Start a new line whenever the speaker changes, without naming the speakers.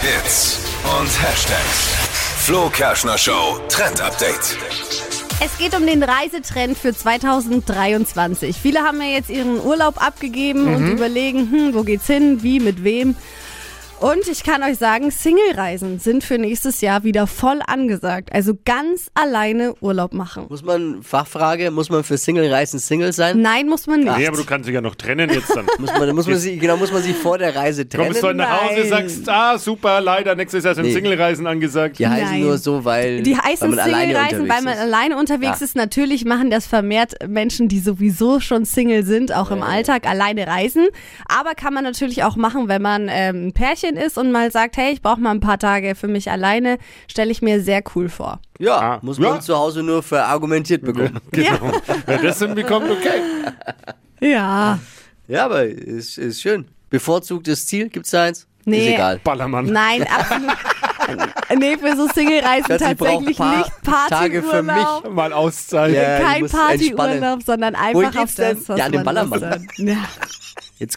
Hits und Hashtags. Flo Kerschner Show Trend Update.
Es geht um den Reisetrend für 2023. Viele haben ja jetzt ihren Urlaub abgegeben und
Mhm.
überlegen, hm, wo geht's hin, wie, mit wem. Und ich kann euch sagen, Single-Reisen sind für nächstes Jahr wieder voll angesagt. Also ganz alleine Urlaub machen.
Muss man, Fachfrage, muss man für Single-Reisen Single sein?
Nein, muss man nicht.
Nee, aber du kannst dich ja noch trennen jetzt dann.
Muss man, muss man sie, genau, muss man sich vor der Reise trennen?
Kommst du heute nach Hause,
Nein.
sagst, ah, super, leider, nächstes Jahr sind
Nee.
Singlereisen angesagt.
Die heißen
Nein.
nur so, weil,
Die
weil
heißen
man alleine
Single-Reisen, weil man
unterwegs ist.
alleine unterwegs
Ja.
ist. Natürlich machen das vermehrt Menschen, die sowieso schon Single sind, auch im Alltag alleine reisen. Aber kann man natürlich auch machen, wenn man ähm, ein Pärchen ist und mal sagt, hey, ich brauche mal ein paar Tage für mich alleine, stelle ich mir sehr cool vor.
Ja,
Ah.
muss
Ja.
man zu Hause nur verargumentiert bekommen.
Genau. Wer das hinbekommt, okay.
Ja.
Ja, aber ist, ist schön. Bevorzugtes Ziel, gibt's da eins?
Nee.
Ist egal.
Ballermann.
Nein, absolut. nee, für so Single-Reisen
Schatz, ich brauch
tatsächlich
paar
nicht Partyurlaub.
Tage
Mal Auszeit.
Ja. ich
Kein
muss entspannen.
Partyurlaub, sondern einfach auf
geht's denn?
das, was
Ja, an den
man Lust hat.
Ballermann.
Ja,
Jetzt